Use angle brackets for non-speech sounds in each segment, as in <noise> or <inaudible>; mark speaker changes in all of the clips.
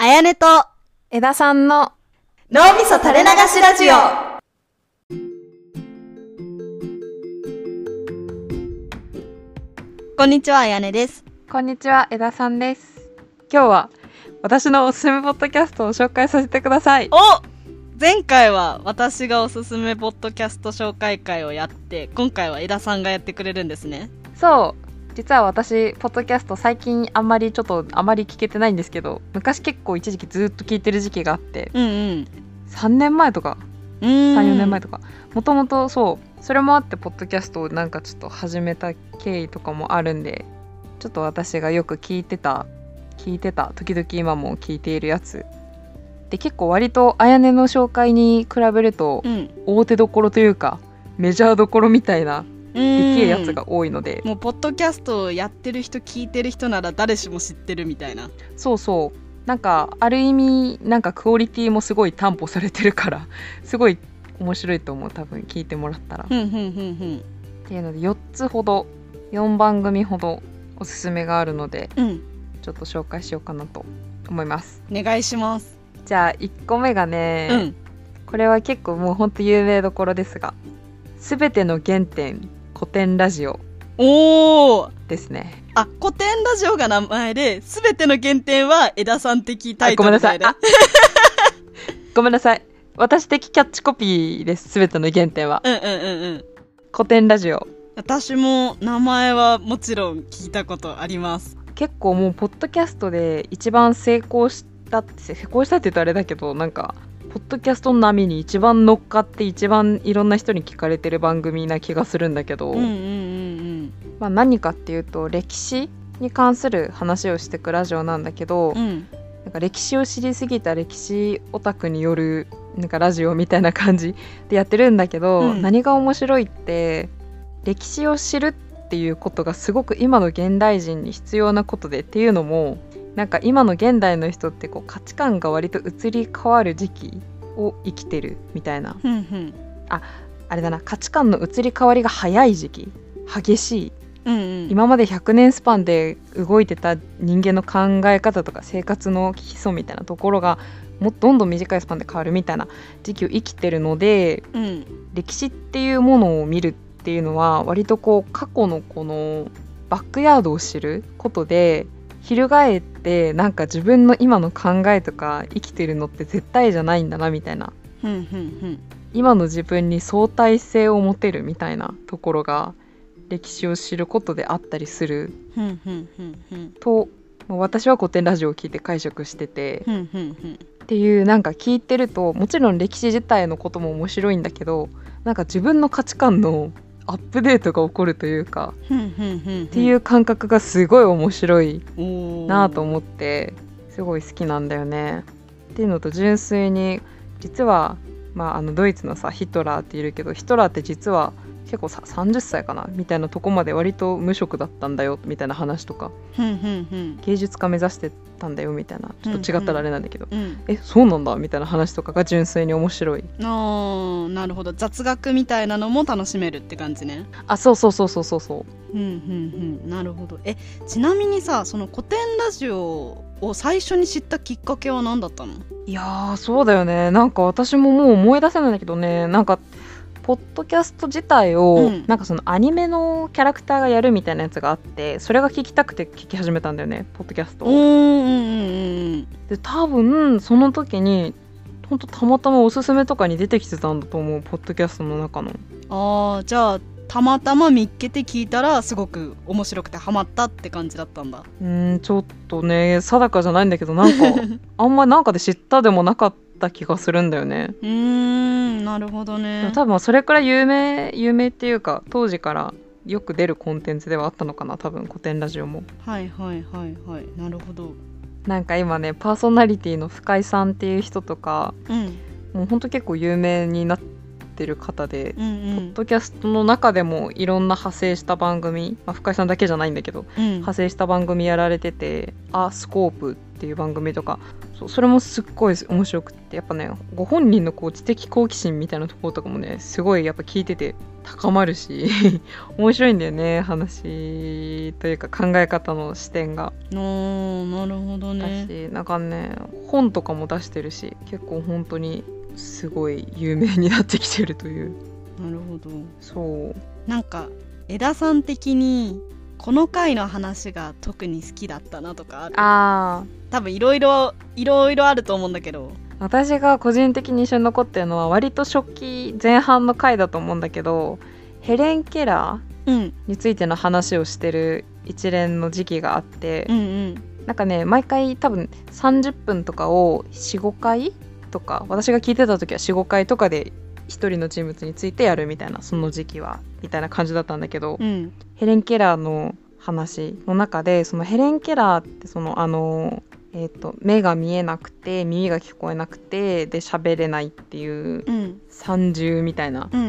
Speaker 1: やねと、
Speaker 2: 枝さんの
Speaker 1: 脳みそ垂れ流しラジオ。こんにちは、あやねです。
Speaker 2: こんにちは枝さんです今日は私のおすすめポッドキャストを紹介させてください
Speaker 3: お前回は私がおすすめポッドキャスト紹介会をやって今回は江田さんがやってくれるんですね
Speaker 2: そう実は私ポッドキャスト最近あんまりちょっとあまり聞けてないんですけど昔結構一時期ずっと聞いてる時期があって
Speaker 3: うんうん
Speaker 2: 3年前とか
Speaker 3: うーん
Speaker 2: 34年前とかもともとそうそれもあってポッドキャストをなんかちょっと始めた経緯とかもあるんでちょっと私がよく聞いてた聞いてた時々今も聞いているやつで結構割とあやねの紹介に比べると
Speaker 3: うん
Speaker 2: 大手どころというかメジャーどころみたいな
Speaker 3: う
Speaker 2: で
Speaker 3: ん
Speaker 2: けえやつが多いので
Speaker 3: もうポッドキャストをやってる人聞いてる人なら誰しも知ってるみたいな
Speaker 2: そうそうなんかある意味なんかクオリティもすごい担保されてるからすごい面白いと思う多分聞いてもらったら。
Speaker 3: うんうんうん
Speaker 2: っていうので4つほど4番組ほどおすすめがあるので
Speaker 3: うんうん
Speaker 2: ちょっと紹介しようかなと思います
Speaker 3: お願いします、
Speaker 2: じゃあ1個目がね、
Speaker 3: うん
Speaker 2: これは結構もうほんと有名どころですが「すべての原点古典ラジオ
Speaker 3: おお」
Speaker 2: ですね
Speaker 3: あ古典ラジオが名前で全ての原点は江田さん的タイトル
Speaker 2: あごめんなさい
Speaker 3: あ
Speaker 2: ごめんなさい私的キャッチコピーですすべての原点は
Speaker 3: うんうんうんうん
Speaker 2: 古典ラジオ
Speaker 3: 私も名前はもちろん聞いたことあります
Speaker 2: 結構もうポッドキャストで一番成功したって成功したって言うとあれだけどなんかポッドキャストの波に一番乗っかって一番いろんな人に聞かれてる番組な気がするんだけど、
Speaker 3: うんうんうんうん
Speaker 2: まあ、何かっていうと歴史に関する話をしてくラジオなんだけど、
Speaker 3: うん、
Speaker 2: なんか歴史を知りすぎた歴史オタクによるなんかラジオみたいな感じでやってるんだけど、
Speaker 3: うん
Speaker 2: 何が面白いって歴史を知るっていうことがすごく今の現代人に必要なことでっていうのもなんか今の現代の人ってこう価値観が割と移り変わる時期を生きてるみたいな
Speaker 3: ふんふん
Speaker 2: あれだな価値観の移り変わりが早い時期激しい
Speaker 3: うんうん、
Speaker 2: 今まで100年スパンで動いてた人間の考え方とか生活の基礎みたいなところがもうどんどん短いスパンで変わるみたいな時期を生きてるので
Speaker 3: うん、
Speaker 2: 歴史っていうものを見るっていうのは割とこう過去のこのバックヤードを知ることで翻ってなんか自分の今の考えとか生きてるのって絶対じゃないんだなみたいな
Speaker 3: ふんふんふん
Speaker 2: 今の自分に相対性を持てるみたいなところが歴史を知ることであったりする
Speaker 3: ふんふんふんふん
Speaker 2: とまあ私は古典ラジオを聞いて解釈してて
Speaker 3: ふんふんふん
Speaker 2: っていうなんか聞いてるともちろん歴史自体のことも面白いんだけどなんか自分の価値観のアップデートが起こるというか
Speaker 3: ふんふんふん
Speaker 2: っていうう感覚がすごい面白いなぁと
Speaker 3: 思
Speaker 2: 思ってすごい好きなんだよね。っていうのと純粋に実は、まあ、あのドイツのさヒトラーっているけどヒトラーって実は結構さ30歳かなみたいなとこまで割と無職だったんだよみたいな話とか
Speaker 3: ふんふんふん
Speaker 2: 芸術家目指してたんだよみたいなちょっと違ったらあれなんだけど、
Speaker 3: うん
Speaker 2: えそうなんだみたいな話とかが純粋に面白い
Speaker 3: あーなるほど雑学みたいなのも楽しめるって感じね
Speaker 2: あそうそうそうそうそうそ
Speaker 3: う
Speaker 2: う
Speaker 3: んうんうんなるほどえちなみにさその古典ラジオを最初に知ったきっかけは何だったの
Speaker 2: いやーそうだよねなんか私ももう思い出せないんだけどねなんかポッドキャスト自体を、
Speaker 3: うん
Speaker 2: なんかそのアニメのキャラクターがやるみたいなやつがあってそれが聞きたくて聞き始めたんだよねポッドキャスト
Speaker 3: お
Speaker 2: を
Speaker 3: ーうんうんうん
Speaker 2: で多分その時にほんとたまたまおすすめとかに出てきてたんだと思うポッドキャストの中の
Speaker 3: あーじゃあたまたま見っけて聞いたらすごく面白くてハマったって感じだったんだ
Speaker 2: うーんちょっとね定かじゃないんだけどな
Speaker 3: <laughs>
Speaker 2: んかあんまりなんかで知ったでもなかった気がするんだよね。
Speaker 3: うーんなるほど
Speaker 2: で
Speaker 3: ね
Speaker 2: も多分それくらい有名有名っていうか当時からよく出るコンテンツではあったのかな多分古典ラジオも。
Speaker 3: はいはいはいはいなるほど
Speaker 2: なんか今ねパーソナリティの深井さんっていう人とか
Speaker 3: うん
Speaker 2: もうほんと結構有名になってる方で。
Speaker 3: うんうん
Speaker 2: ポッドキャストの中でもいろんな派生した番組、まあ、深井さんだけじゃないんだけど
Speaker 3: うん
Speaker 2: 派生した番組やられてて「アスコープ」っっていう番組とかそうそれもすっごい面白くってやっぱねご本人のこう知的好奇心みたいなところとかもねすごいやっぱ聞いてて高まるし <laughs> 面白いんだよね話というか考え方の視点が。
Speaker 3: おーなるほど
Speaker 2: だし、
Speaker 3: ね
Speaker 2: なんかね本とかも出してるし結構本当にすごい有名になってきてるという
Speaker 3: なるほど
Speaker 2: そう
Speaker 3: なんか枝さん的にこの回の話が特に好きだったなとかある
Speaker 2: ああ
Speaker 3: 多分いろいろいろいろあると思うんだけど
Speaker 2: 私が個人的に一緒に残ってるのは割と初期前半の回だと思うんだけどヘレン・ケラー
Speaker 3: うん
Speaker 2: についての話をしてる一連の時期があって、
Speaker 3: うんうん
Speaker 2: なんかね毎回多分30分とかを45回とか私が聞いてた時は45回とかで一人の人物についてやるみたいなその時期はみたいな感じだったんだけど、
Speaker 3: うん
Speaker 2: ヘレン・ケラーの話の中でそのヘレン・ケラーってそのあの、えー、と目が見えなくて耳が聞こえなくてで喋れないっていう
Speaker 3: うん
Speaker 2: 三重みたいな
Speaker 3: うんう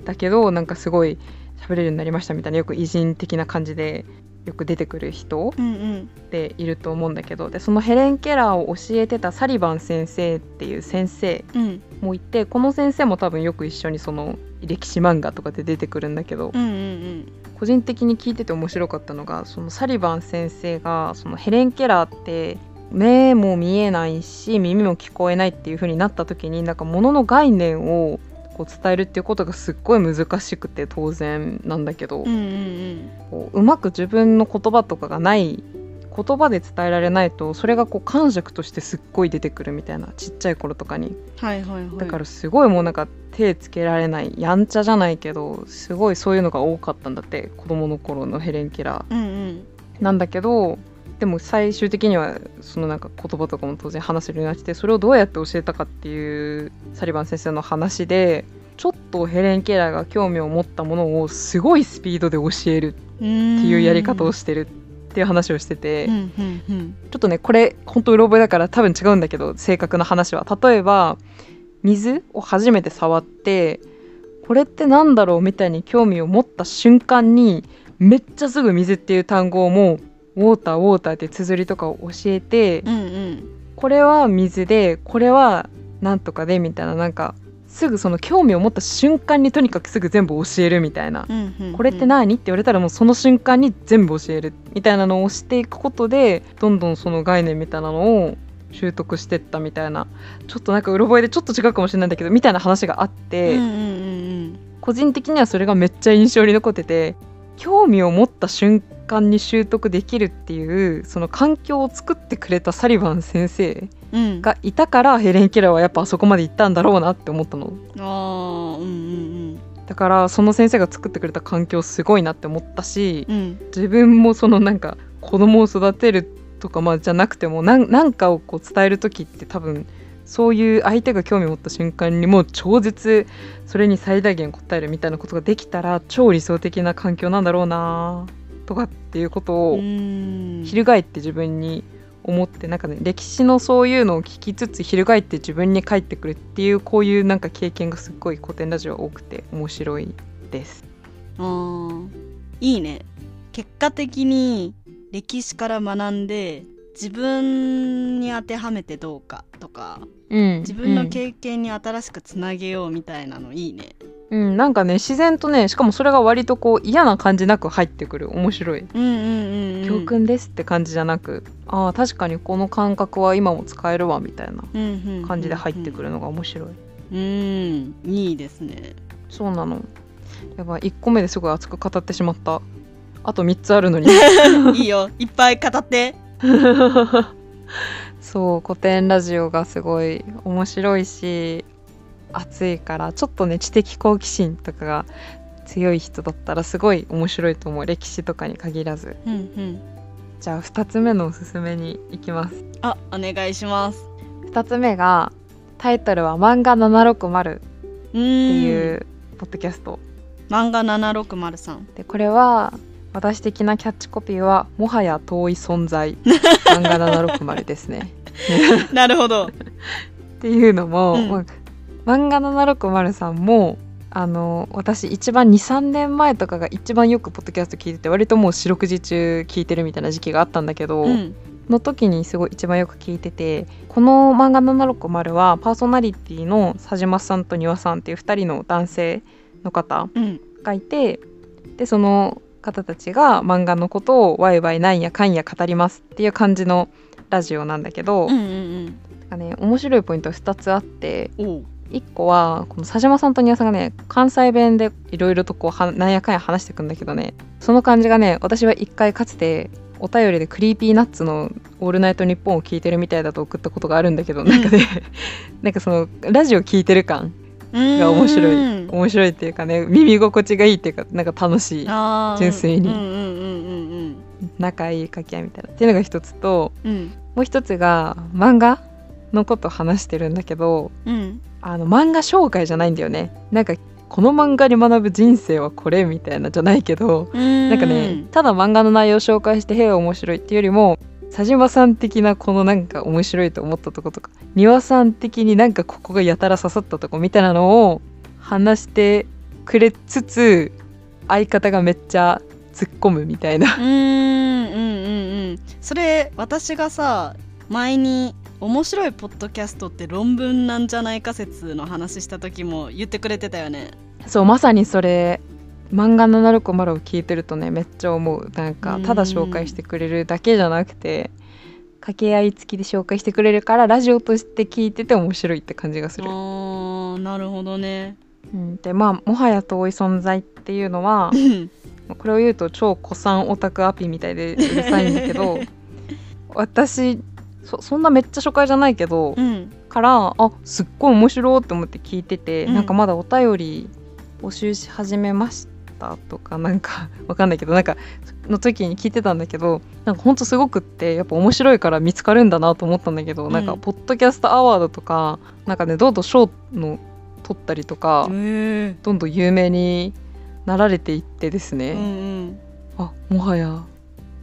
Speaker 3: ん
Speaker 2: だけどなんかすごい喋れるようになりましたみたいなよく偉人的な感じでよく出てくる人
Speaker 3: うんうん
Speaker 2: でいると思うんだけどでそのヘレン・ケラーを教えてたサリバン先生っていう先生
Speaker 3: うん
Speaker 2: もいてこの先生も多分よく一緒にその歴史漫画とかで出てくるんだけど
Speaker 3: うんうん
Speaker 2: 個人的に聞いてて面白かったのがそのサリバン先生がそのヘレン・ケラーって目も見えないし耳も聞こえないっていう風になった時になんか物の概念をこう伝えるっていうことがすっごい難しくて当然なんだけど、
Speaker 3: うんうん
Speaker 2: こううまく自分の言葉とかがない言葉で伝えられないとそれがこう感触としてすっごい出てくるみたいなちっちゃい頃とかに
Speaker 3: はいはいはい
Speaker 2: だからすごいもうなんか手つけられないやんちゃじゃないけどすごいそういうのが多かったんだって子供の頃のヘレン・ケラ
Speaker 3: うんうん
Speaker 2: ーなんだけどでも最終的にはそのなんか言葉とかも当然話せるようになっててそれをどうやって教えたかっていうサリバン先生の話でちょっとヘレン・ケラーが興味を持ったものをすごいスピードで教えるっ
Speaker 3: って
Speaker 2: て
Speaker 3: い
Speaker 2: いうやり方をしてるっていう話をしてて、
Speaker 3: うんうんうん
Speaker 2: ちょっとねこれ本当うろ覚えだから多分違うんだけど正確な話は例えば水を初めて触ってこれってなんだろうみたいに興味を持った瞬間にめっちゃすぐ水っていう単語をもうウォーターウォーターって綴りとかを教えて
Speaker 3: うんうん
Speaker 2: これは水でこれはなんとかでみたいななんかすぐその興味を持った瞬間にとにかくすぐ全部教えるみたいな
Speaker 3: うんうん
Speaker 2: これって何って言われたらもうその瞬間に全部教えるみたいなのをしていくことでどんどんその概念みたいなのを習得してったみたいなちょっとなんかうろ覚えでちょっと違うかもしれないんだけどみたいな話があっ
Speaker 3: う
Speaker 2: て、
Speaker 3: んうんうん
Speaker 2: 個人的にはそれがめっちゃ印象に残ってて興味を持った瞬間に習得できるっていうその環境を作ってくれたサリバン先生
Speaker 3: うんうん
Speaker 2: がいたからヘレン・ケラーはやっぱあそこまで行ったんだろうなって思ったの
Speaker 3: ああうんうん
Speaker 2: だからその先生が作ってくれた環境すごいなって思ったし、
Speaker 3: うんうん
Speaker 2: 自分もそのなんか子供を育てるとかまあじゃなくてもなんなんかをこう伝える時って多分そういう相手が興味を持った瞬間にもう超絶それに最大限答えるみたいなことができたら超理想的な環境なんだろうなとかっていうこと
Speaker 3: う
Speaker 2: を
Speaker 3: ん
Speaker 2: 翻って自分に思ってなんかね歴史のそういうのを聞きつつ翻って自分に返ってくるっていうこういうなんか経験がすっごい古典ラジオは多くて面白いです。
Speaker 3: あーいいね結果的に歴史から学んで自分に当てはめてどうかとか
Speaker 2: うん、
Speaker 3: 自分の経験に新しくつなげようみたいなのいいね
Speaker 2: うん、なんかね自然とねしかもそれが割とこう嫌な感じなく入ってくる面白い
Speaker 3: うんうんうんうん
Speaker 2: 教訓ですって感じじゃなく、ああ確かにこの感覚は今も使えるわみたいな感じで入ってく
Speaker 3: る
Speaker 2: るのが面白い、
Speaker 3: うんいいですね
Speaker 2: そうなのやばい1個目ですごい熱く語ってしまったあと3つある
Speaker 3: <laughs>
Speaker 2: のに
Speaker 3: いい <laughs> よいっぱい語って
Speaker 2: そう古典ラジオがすごい面白いし熱いからちょっとね知的好奇心とかが強い人だったらすごい面白いと思う歴史とかに限らず
Speaker 3: うんうん
Speaker 2: じゃあ2つ目のおすすめに行きます
Speaker 3: あお願いします
Speaker 2: 2つ目がタイトルは「漫画760」っ
Speaker 3: う
Speaker 2: て
Speaker 3: ー
Speaker 2: い
Speaker 3: ん
Speaker 2: うポッドキャスト、
Speaker 3: 漫画760さん
Speaker 2: でこれは私的なキャッチコピーは「もはや遠い存在漫画760」ですね。
Speaker 3: なるほど
Speaker 2: っていうのも、
Speaker 3: うん
Speaker 2: まあ漫画760さんもあの私一番23年前とかが一番よくポッドキャスト聞いてて割ともう四六時中聞いてるみたいな時期があったんだけど、
Speaker 3: うん
Speaker 2: の時にすごい一番よく聞いててこの漫画760はパーソナリティの佐島さんと丹羽さんっていう2人の男性の方
Speaker 3: うん
Speaker 2: がいてでその方たちが漫画のことをワイワイなんやかんや語りますっていう感じのラジオなんだけど、
Speaker 3: うんうん
Speaker 2: なんかね、面白いポイント2つあって
Speaker 3: うんおう
Speaker 2: 1個はこの佐島さんと丹羽さんがね関西弁でいろいろとこうはなんやかんや話してくんだけどねその感じがね私は1回かつてお便りでクリーピーナッツの「オールナイトニッポン」を聞いてるみたいだと送ったことがあるんだけどなんかね <laughs> なんかそのラジオ聞いてる感が面白い
Speaker 3: うん
Speaker 2: 面白いっていうかね耳心地がいいっていうかなんか楽しい
Speaker 3: あー
Speaker 2: 純粋に
Speaker 3: うんうんうんうん
Speaker 2: 仲いい掛け合いみたいなっていうのが一つと
Speaker 3: うんうん
Speaker 2: もう一つが漫画のこと話してるんだけど
Speaker 3: うん
Speaker 2: あの漫画紹介じゃないんだよねなんかこの漫画に学ぶ人生はこれみたいなじゃないけど
Speaker 3: うん
Speaker 2: なんかねただ漫画の内容を紹介して「へえ面白い」っていうよりも佐島さん的なこのなんか面白いと思ったとことか庭さん的になんかここがやたら刺さったとこみたいなのを話してくれつつ相方がめっちゃ突っ込むみたいな
Speaker 3: うーんうんうんうんそれ私がさ前に面白いポッドキャストって論文なんじゃないか説の話した時も言ってくれてたよね
Speaker 2: そうまさにそれ漫画のなるこまるを聞いてるとねめっちゃ思うなんか
Speaker 3: うん
Speaker 2: ただ紹介してくれるだけじゃなくて掛け合い付きで紹介してくれるからラジオとして聞いてて面白いって感じがす
Speaker 3: あ
Speaker 2: る、
Speaker 3: ーなるほどね
Speaker 2: うん、でまあもはや遠い存在っていうのは <laughs> これを言うと超古参オタクアピみたいでうるさいんだけ
Speaker 3: <laughs>
Speaker 2: ど私そそんなめっちゃ初回じゃないけど、
Speaker 3: うん
Speaker 2: からあすっごい面白いと思って聞いてて、
Speaker 3: うん
Speaker 2: なんかまだお便り募集し始めましたとかなんか <laughs> わかんないけどなんかの時に聞いてたんだけどなんかほんとすごくってやっぱ面白いから見つかるんだなと思ったんだけど、
Speaker 3: うん
Speaker 2: なんかポッドキャストアワードとかなんかねどんどん賞の取ったりとか、
Speaker 3: へ
Speaker 2: どんどん有名になられていってです
Speaker 3: えう
Speaker 2: ね、
Speaker 3: ん
Speaker 2: あもはや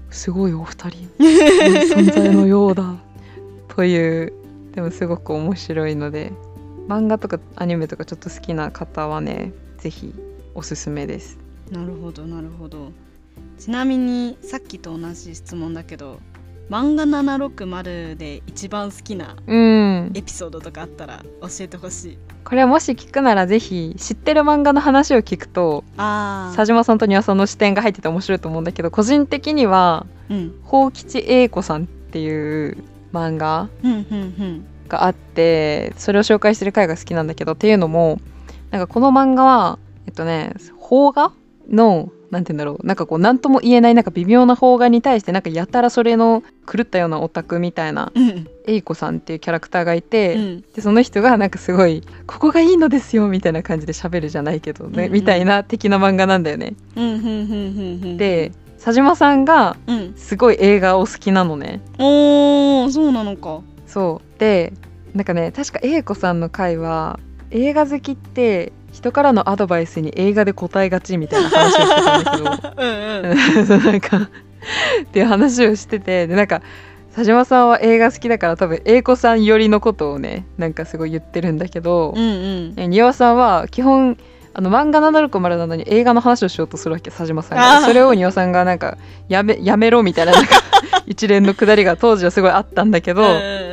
Speaker 2: すごいお二人存在のようだというでもすごく面白いので漫画とかアニメとかちょっと好きな方はねぜひおすすめです
Speaker 3: うんなるほどなるほどちなみにさっきと同じ質問だけど漫画760で一番好きな
Speaker 2: うん
Speaker 3: エピソードとかあったら教えてほしい
Speaker 2: これはもし聞くならぜひ知ってる漫画の話を聞くと
Speaker 3: あ
Speaker 2: 佐島さんと丹羽さんの視点が入ってて面白いと思うんだけど個人的には
Speaker 3: うん
Speaker 2: 宝吉英子さんっていう漫画
Speaker 3: うんうん
Speaker 2: があってそれを紹介してる回が好きなんだけどっていうのもなんかこの漫画はえっとね邦画のなんて言うんだろうなんかこう何とも言えないなんか微妙な邦画に対してなんかやたらそれの狂ったようなオタクみたいな
Speaker 3: うんうん
Speaker 2: エイコさんっていうキャラクターがいて、
Speaker 3: うん
Speaker 2: でその人がなんかすごい「ここがいいのですよ」みたいな感じで喋るじゃないけどね、
Speaker 3: うんうん
Speaker 2: みたいな的な漫画なんだよね。
Speaker 3: うんうんうんうんうん
Speaker 2: で佐島さんが
Speaker 3: うん
Speaker 2: すごい映画を好きなのね。
Speaker 3: おーそうなのか
Speaker 2: そうでなんかね確か英子さんの回は映画好きって人からのアドバイスに映画で答えがちみたいな話をしてたんだけど
Speaker 3: うんうん <laughs>
Speaker 2: うんなんかっていう話をしててでなんか佐島さんは映画好きだから多分英子さん寄りのことをねなんかすごい言ってるんだけど
Speaker 3: う、んうん
Speaker 2: え庭さんは基本あの漫画760なのに映画の話をしようとするわけ佐島さん
Speaker 3: あー
Speaker 2: がそれを庭さんがなんかやめやめろみたいななんか一連のくだりが当時はすごいあったんだけど、
Speaker 3: うん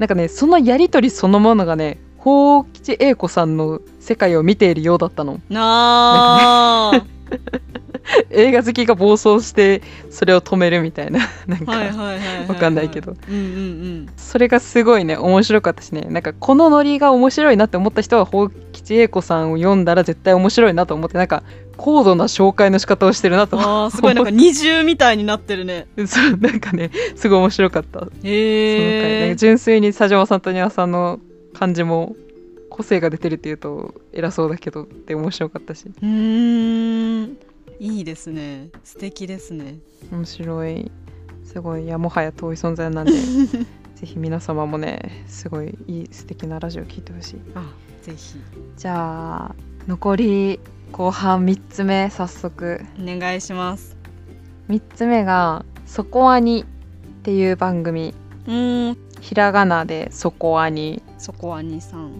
Speaker 2: なんかねそのやり取りそのものがね宝吉英子さんの世界を見ているようだったの <laughs>
Speaker 3: なあ、
Speaker 2: 映画好きが暴走してそれを止めるみたいな <laughs> なんか、
Speaker 3: はいはいはいはい
Speaker 2: わかんないけど
Speaker 3: うんうん
Speaker 2: それがすごいね面白かったしねなんかこのノリが面白いなって思った人は宝吉英子さんを読んだら絶対面白いなと思ってなんか高度な紹介の仕方をしてるな
Speaker 3: う
Speaker 2: と
Speaker 3: ん
Speaker 2: 思
Speaker 3: あーすごいなんか二重みたいになってるね
Speaker 2: う <laughs> そうなんかねすごい面白かった、その回
Speaker 3: へ
Speaker 2: なん
Speaker 3: え
Speaker 2: か純粋に佐島さんと丹羽さんの感じも個性が出てるっていうと偉そうだけどって面白かったし
Speaker 3: うーんいいですね素敵ですね
Speaker 2: 面白いすごいいやもはや遠い存在な
Speaker 3: <laughs>
Speaker 2: んでぜひ皆様もねすごいいい素敵なラジオ聞いてほしい
Speaker 3: あぜひ
Speaker 2: じゃあ残り後半3つ目早速
Speaker 3: お願いします
Speaker 2: 3つ目が「そこアニ」っていう番組
Speaker 3: うーん
Speaker 2: ひらがなで「そこアニ
Speaker 3: そこは兄さん」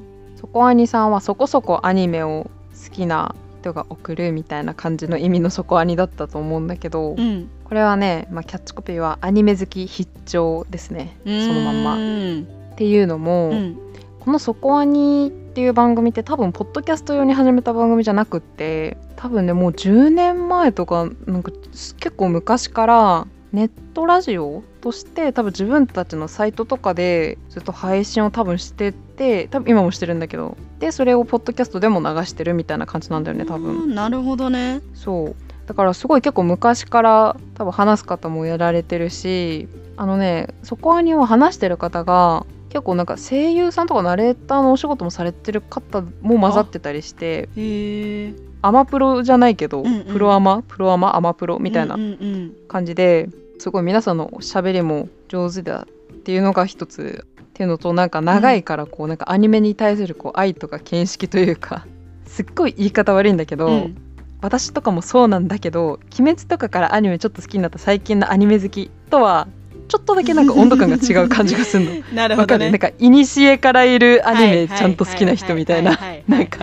Speaker 2: そこアニさんはそこそこアニメを好きな人が送るみたいな感じの意味の底アニだったと思うんだけど、
Speaker 3: うん
Speaker 2: これはね、まあ、キャッチコピーはアニメ好き必聴ですねそのまん
Speaker 3: う
Speaker 2: ま。
Speaker 3: ん
Speaker 2: っていうのも、
Speaker 3: うん
Speaker 2: この「そこアニ」っていう番組って多分ポッドキャスト用に始めた番組じゃなくって多分ねもう10年前とかなんか結構昔からネットラジオとして多分自分たちのサイトとかでずっと配信を多分してて多分今もしてるんだけどでそれをポッドキャストでも流してるみたいな感じなんだよね多
Speaker 3: う
Speaker 2: 分。
Speaker 3: んなるほどね
Speaker 2: そうだからすごい結構昔から多分話す方もやられてるしあのねそこアニを話してる方が結構なんか声優さんとかナレーターのお仕事もされてる方も混ざってたりして
Speaker 3: へえ
Speaker 2: アマプロじゃないけど、
Speaker 3: うんうん
Speaker 2: プロアマプロアマアマプロみたいな
Speaker 3: うんうん
Speaker 2: 感じですごい皆さんの喋りも上手だっていうのが一つっていうのとなんか長いからこうなんかアニメに対するこう愛とか見識というかすっごい言い方悪いんだけど、
Speaker 3: うんうん
Speaker 2: 私とかもそうなんだけど「鬼滅」とかからアニメちょっと好きになった最近のアニメ好きとはちょっとだけなんか温度感が違う感じがするの。
Speaker 3: なるほ
Speaker 2: わ
Speaker 3: ど
Speaker 2: かる
Speaker 3: ね
Speaker 2: なんか古からいるアニメちゃんと好きな人みたいななんか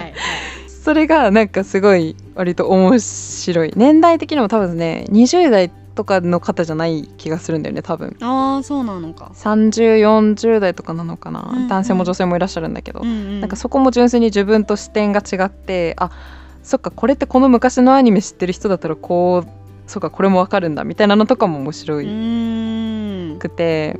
Speaker 2: それがなんかすごい割と面白い年代的にも多分ね20代とかの方じゃない気がするんだよね多分
Speaker 3: ああそうなのか
Speaker 2: 3040代とかなのかな、
Speaker 3: うんうん
Speaker 2: 男性も女性もいらっしゃるんだけど、
Speaker 3: な
Speaker 2: なんかそこも純粋に自分と視点が違ってあそっかこれってこの昔のアニメ知ってる人だったらこうそっかこれもわかるんだみたいなのとかも面白
Speaker 3: う
Speaker 2: い
Speaker 3: ーん
Speaker 2: くて、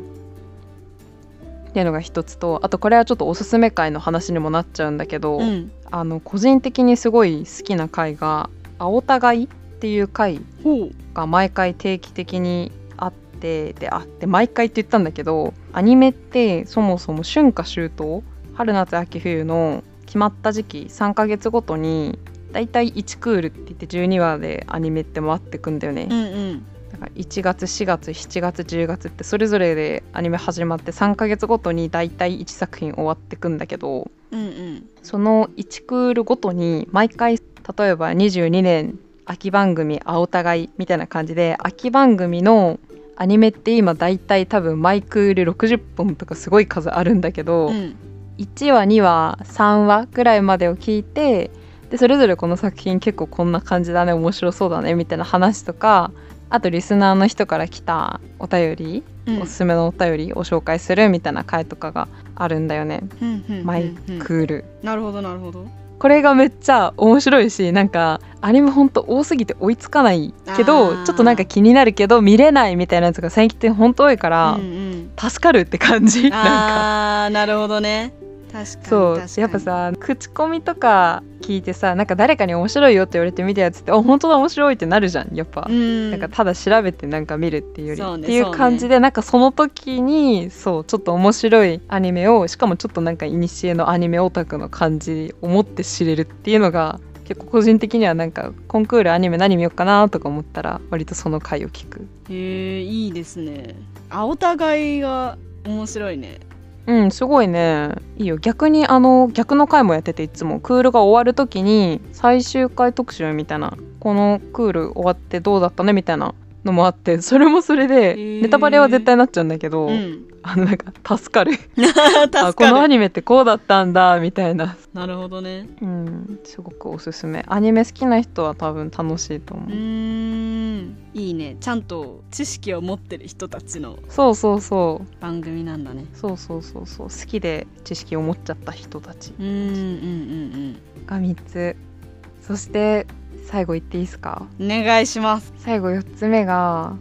Speaker 2: っていうのが一つとあとこれはちょっとおすすめ会の話にもなっちゃうんだけど、
Speaker 3: うん
Speaker 2: あの個人的にすごい好きな会が「青たがい」っていう会
Speaker 3: ほう
Speaker 2: が毎回定期的にあってであって毎回って言ったんだけどアニメってそもそも春夏秋冬春夏秋冬の決まった時期3ヶ月ごとにだいたい1クールって言って12話でアニメって回ってくんだよね、
Speaker 3: うんうん
Speaker 2: だから1月4月7月10月ってそれぞれでアニメ始まって3ヶ月ごとにだいたい1作品終わってくんだけど、
Speaker 3: うんうん
Speaker 2: その1クールごとに毎回例えば22年秋番組「青たがい」みたいな感じで秋番組のアニメって今大体多分毎クール60本とかすごい数あるんだけど、
Speaker 3: うん
Speaker 2: 1話2話3話ぐらいまでを聞いてでそれぞれこの作品結構こんな感じだね面白そうだねみたいな話とかあとリスナーの人から来たお便り、
Speaker 3: うん
Speaker 2: おすすめのお便りを紹介するみたいな回とかがあるんだよね、
Speaker 3: うんうんうん
Speaker 2: 毎クール。
Speaker 3: なるほどなるほど
Speaker 2: これがめっちゃ面白いしなんかアニメほんと多すぎて追いつかないけ
Speaker 3: あ
Speaker 2: ど
Speaker 3: ー
Speaker 2: ちょっとなんか気になるけど見れないみたいなやつが最近ってほんと多いから
Speaker 3: う、んうん
Speaker 2: 助かるって感じなんか
Speaker 3: ああなるほどね確かに
Speaker 2: そう
Speaker 3: 確かに
Speaker 2: やっぱさ口コミとか聞いてさなんか誰かに面白いよって言われて見たやつってあ本当だ面白いってなるじゃんやっぱ
Speaker 3: う、ん
Speaker 2: なんかただ調べてなんか見るっていうより
Speaker 3: そうね
Speaker 2: っていう感じで、なんかその時にそうちょっと面白いアニメをしかもちょっとなんか古のアニメオタクの感じを持って知れるっていうのが結構個人的にはなんかコンクールアニメ何見ようかなとか思ったら割とその回を聞く
Speaker 3: へえいいですねあお互いが面白いね
Speaker 2: うんすごいねいいよ逆にあの逆の回もやってていつもクールが終わる時に最終回特集みたいなこのクール終わってどうだったねみたいなのもあってそれもそれで
Speaker 3: ー
Speaker 2: ネタバレは絶対なっちゃうんだけど、
Speaker 3: うん
Speaker 2: <laughs> あのなんか助かる
Speaker 3: 助
Speaker 2: あこの
Speaker 3: か
Speaker 2: ア
Speaker 3: る
Speaker 2: ニメってこうだったんだみたいな、
Speaker 3: なるほどね
Speaker 2: うん、すごくおすすめアニメ好きな人は多分楽しいと思
Speaker 3: う
Speaker 2: う、
Speaker 3: ーんいいねちゃんと知識を持ってる人たちの
Speaker 2: そうそうそう
Speaker 3: 番組なんだね
Speaker 2: そうそうそうそう好きで知識を持っちゃった人たち
Speaker 3: うんうんうん
Speaker 2: が3つそして最後言っていいですか
Speaker 3: うんお願いします
Speaker 2: 最後4つ目が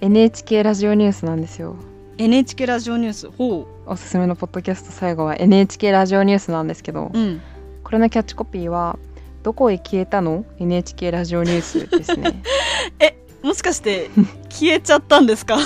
Speaker 2: NHK ラジオニュースなんですよ
Speaker 3: NHK ラジオニュースほ
Speaker 2: おすすめのポッドキャスト最後は NHK ラジオニュースなんですけど、
Speaker 3: ううん
Speaker 2: これのキャッチコピーは「どこへ消えたの ?NHK ラジオニュース」ですね
Speaker 3: もしかして <laughs> 消えちゃったんです <laughs> か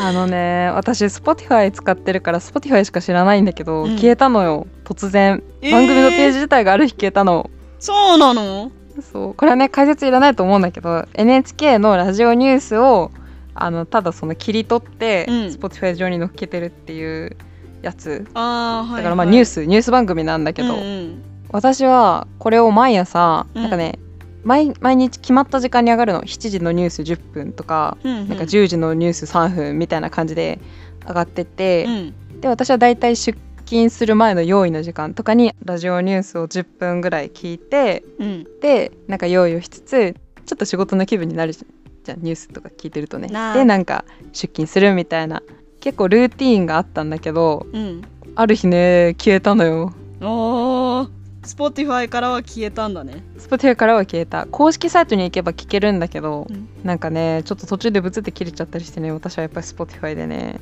Speaker 2: あのね私 Spotify 使ってるから Spotify しか知らないんだけど、
Speaker 3: うん
Speaker 2: 消えたのよ突然番組のページ
Speaker 3: えー
Speaker 2: 自体がある日消えたの、
Speaker 3: そうなの
Speaker 2: そうこれはね解説いらないと思うんだけど NHK のラジオニュースをあのただその切り取って、
Speaker 3: うん
Speaker 2: Spotify 上に乗っけてるっていうやつ
Speaker 3: ああはい、
Speaker 2: だからまあニュー
Speaker 3: ス
Speaker 2: ス、ニュース番組なんだけど、
Speaker 3: うんうん
Speaker 2: 私はこれを毎朝、
Speaker 3: うん
Speaker 2: なんかね毎毎日決まった時間に上がるの7時のニュース10分とか、
Speaker 3: うんうん、
Speaker 2: なんか10時のニュース3分みたいな感じで上がってって
Speaker 3: う、ん
Speaker 2: で私はだいたい出勤する前の用意の時間とかにラジオニュースを10分ぐらい聞いて
Speaker 3: うん
Speaker 2: でなんか用意をしつつちょっと仕事の気分になるじゃんじゃんニュースとか聞いてるとね
Speaker 3: なあ
Speaker 2: でなんか出勤するみたいな結構ルーティーンがあったんだけど
Speaker 3: うん
Speaker 2: ある日ね消えたのよ
Speaker 3: おー Spotify からは消えたんだね
Speaker 2: Spotify からは消えた公式サイトに行けば聞けるんだけど、
Speaker 3: うん
Speaker 2: なんかねちょっと途中でブツって切れちゃったりしてね私はやっぱり Spotify でね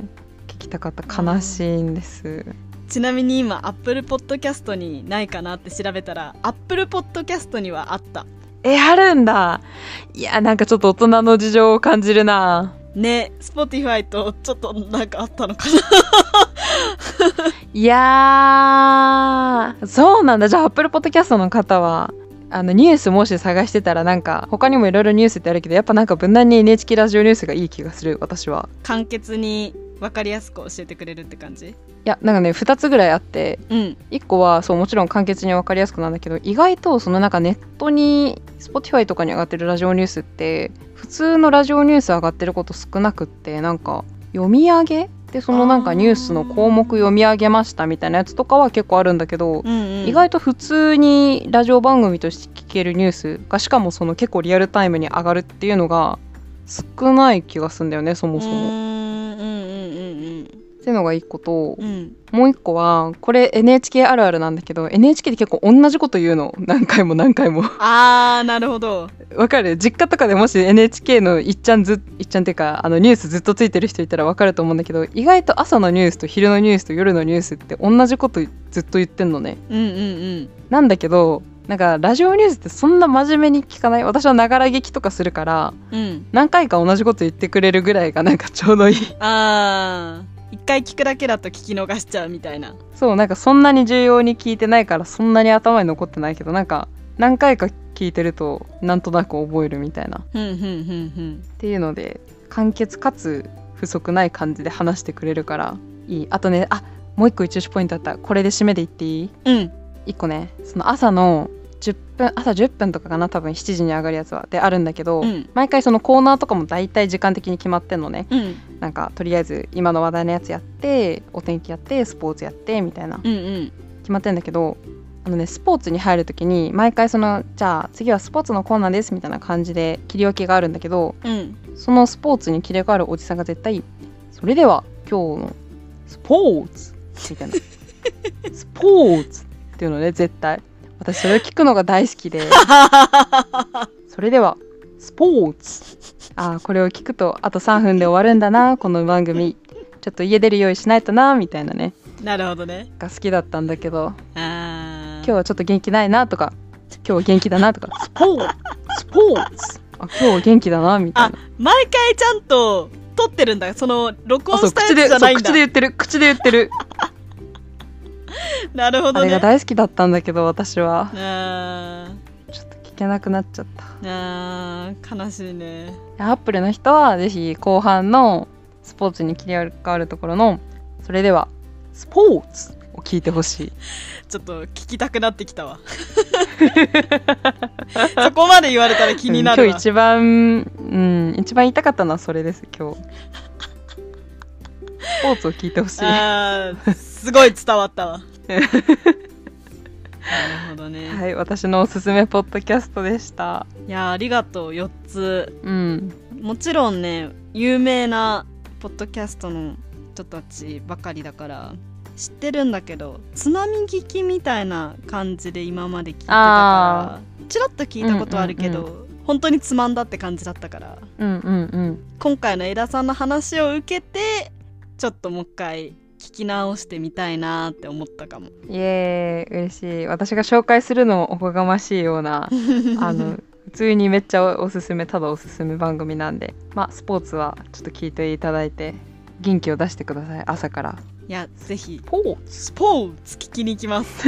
Speaker 2: 聞きたかった悲しいんです、
Speaker 3: ちなみに今 Apple Podcast にないかなって調べたら Apple Podcast にはあった
Speaker 2: えあるんだいやなんかちょっと大人の事情を感じるな
Speaker 3: ね Spotify とちょっとなんかあったのか <laughs>
Speaker 2: いやーそうなんだじゃあ Apple Podcast の方はあのニュースもし探してたらなんか他にもいろいろニュースってあるけどやっぱなんか無難に NHK ラジオニュースがいい気がする私は
Speaker 3: な簡潔に分かりやすく教えてくれるって感じ
Speaker 2: いやなんかね2つぐらいあって
Speaker 3: うん
Speaker 2: 1個はそうもちろん簡潔に分かりやすくなんだけど意外とそのなんかネットに Spotify とかに上がってるラジオニュースって普通のラジオニュース上がってること少なくってなんか読み上げでそのなん
Speaker 3: あ
Speaker 2: か
Speaker 3: ー
Speaker 2: ニュースの項目読み上げましたみたいなやつとかは結構あるんだけど、
Speaker 3: うん、うん、
Speaker 2: 意外と普通にラジオ番組として聞けるニュースがしかもその結構リアルタイムに上がるっていうのが少ない気がするんだよねそもそも。
Speaker 3: うーんうん
Speaker 2: っていうのが1個と
Speaker 3: うんうんうん
Speaker 2: もう一個はこれ NHK あるあるなんだけど NHK って結構同じこと言うの何回も何回も <laughs>
Speaker 3: あーなるほど
Speaker 2: わかる実家とかでもし NHK のいっちゃんずいっちゃんっていうかあのニュースずっとついてる人いたらわかると思うんだけど意外と朝のニュースと昼のニュースと夜のニュースって同じことずっと言ってんのね
Speaker 3: うんうん
Speaker 2: なんだけどなんかラジオニュースってそんな真面目に聞かない私はながら聞きとかするから
Speaker 3: うんうん
Speaker 2: 何回か同じこと言ってくれるぐらいがなんかちょうどいい
Speaker 3: あー一回聞くだけだと聞き逃しちゃうみたいな
Speaker 2: そうなんかそんなに重要に聞いてないからそんなに頭に残ってないけどなんか何回か聞いてるとなんとなく覚えるみたいなっ
Speaker 3: ふんふんふんふん
Speaker 2: ていうので簡潔かつ不足ない感じで話してくれるからいいあとねあもう一個一押しポイントあったこれで締めでいっていい
Speaker 3: うん
Speaker 2: 一個ねその朝の10分朝10分とかかな多分7時に上がるやつはであるんだけど、
Speaker 3: うん
Speaker 2: 毎回そのコーナーとかも大体時間的に決まってんのね
Speaker 3: うんうん
Speaker 2: なんかとりあえず今の話題のやつやってお天気やってスポーツやってみたいな
Speaker 3: うん
Speaker 2: 決まってんだけどあのねスポーツに入る時に毎回そのじゃあ次はスポーツのコーナーですみたいな感じで切り分けがあるんだけど
Speaker 3: うん
Speaker 2: そのスポーツに切り替わるおじさんが絶対「それでは今日のスポーツ」みたいな「スポーツ」っていうのね絶対私それを聞くのが大好きで「それではスポーツ」あーこれを聞くとあと3分で終わるんだなこの番組ちょっと家出る用意しないとなみたいなね
Speaker 3: <laughs> なるほどね
Speaker 2: が好きだったんだけど
Speaker 3: あ
Speaker 2: 今日
Speaker 3: 日
Speaker 2: はちょっと元気ないなとか今日元気だなとかスポーツスポーツあ今日元気だなみたいな
Speaker 3: 毎回ちゃんと撮ってるんだその録
Speaker 2: あ
Speaker 3: 音
Speaker 2: そう
Speaker 3: した
Speaker 2: 口
Speaker 3: やつ
Speaker 2: で
Speaker 3: じ
Speaker 2: そ
Speaker 3: ゃ
Speaker 2: う
Speaker 3: ないん
Speaker 2: 口
Speaker 3: だ
Speaker 2: で言ってる口で言ってる
Speaker 3: なるほ
Speaker 2: あ
Speaker 3: ど
Speaker 2: れ
Speaker 3: ね
Speaker 2: が大好きだったんだけど私は
Speaker 3: あ
Speaker 2: ちょっと聞けなくなっちゃった
Speaker 3: ーあー悲しいね
Speaker 2: アップルの人はぜひ後半のスポーツに切り替わるところのそれではスポーツを聞いてほしい
Speaker 3: ちょっと聞きたくなってき
Speaker 2: <laughs>
Speaker 3: たわそこまで言われたら気になる
Speaker 2: うん
Speaker 3: わ、
Speaker 2: 今日一番うん一番言いたかったのはそれです今日
Speaker 3: <laughs>
Speaker 2: スポーツを聞いてほしいは
Speaker 3: あーすごい伝わった
Speaker 2: <laughs>
Speaker 3: わなるほどね、い、
Speaker 2: い私のおすすめポッドキャストでした
Speaker 3: やーありがとう4つ
Speaker 2: うん
Speaker 3: もちろんね有名なポッドキャストの人たちばかりだから知ってるんだけどつまみ聞きみたいな感じで今まで聞いてたか
Speaker 2: あ
Speaker 3: らちらっと聞いたことあるけど、
Speaker 2: うん
Speaker 3: 本当につまんだって感じだったから
Speaker 2: うんうんうん
Speaker 3: 今回の江田さんの話を受けてちょっともう一回聞き直してみたいなって思ったかも。
Speaker 2: イエーイ嬉しい私が紹介するのもおこがましいようなあの普通にめっちゃおすすめただおすすめ番組なんでまあスポーツはちょっと聞いていただいて元気を出してください朝から
Speaker 3: いやぜひ
Speaker 2: スポーツ
Speaker 3: スポーツ聞きに行きます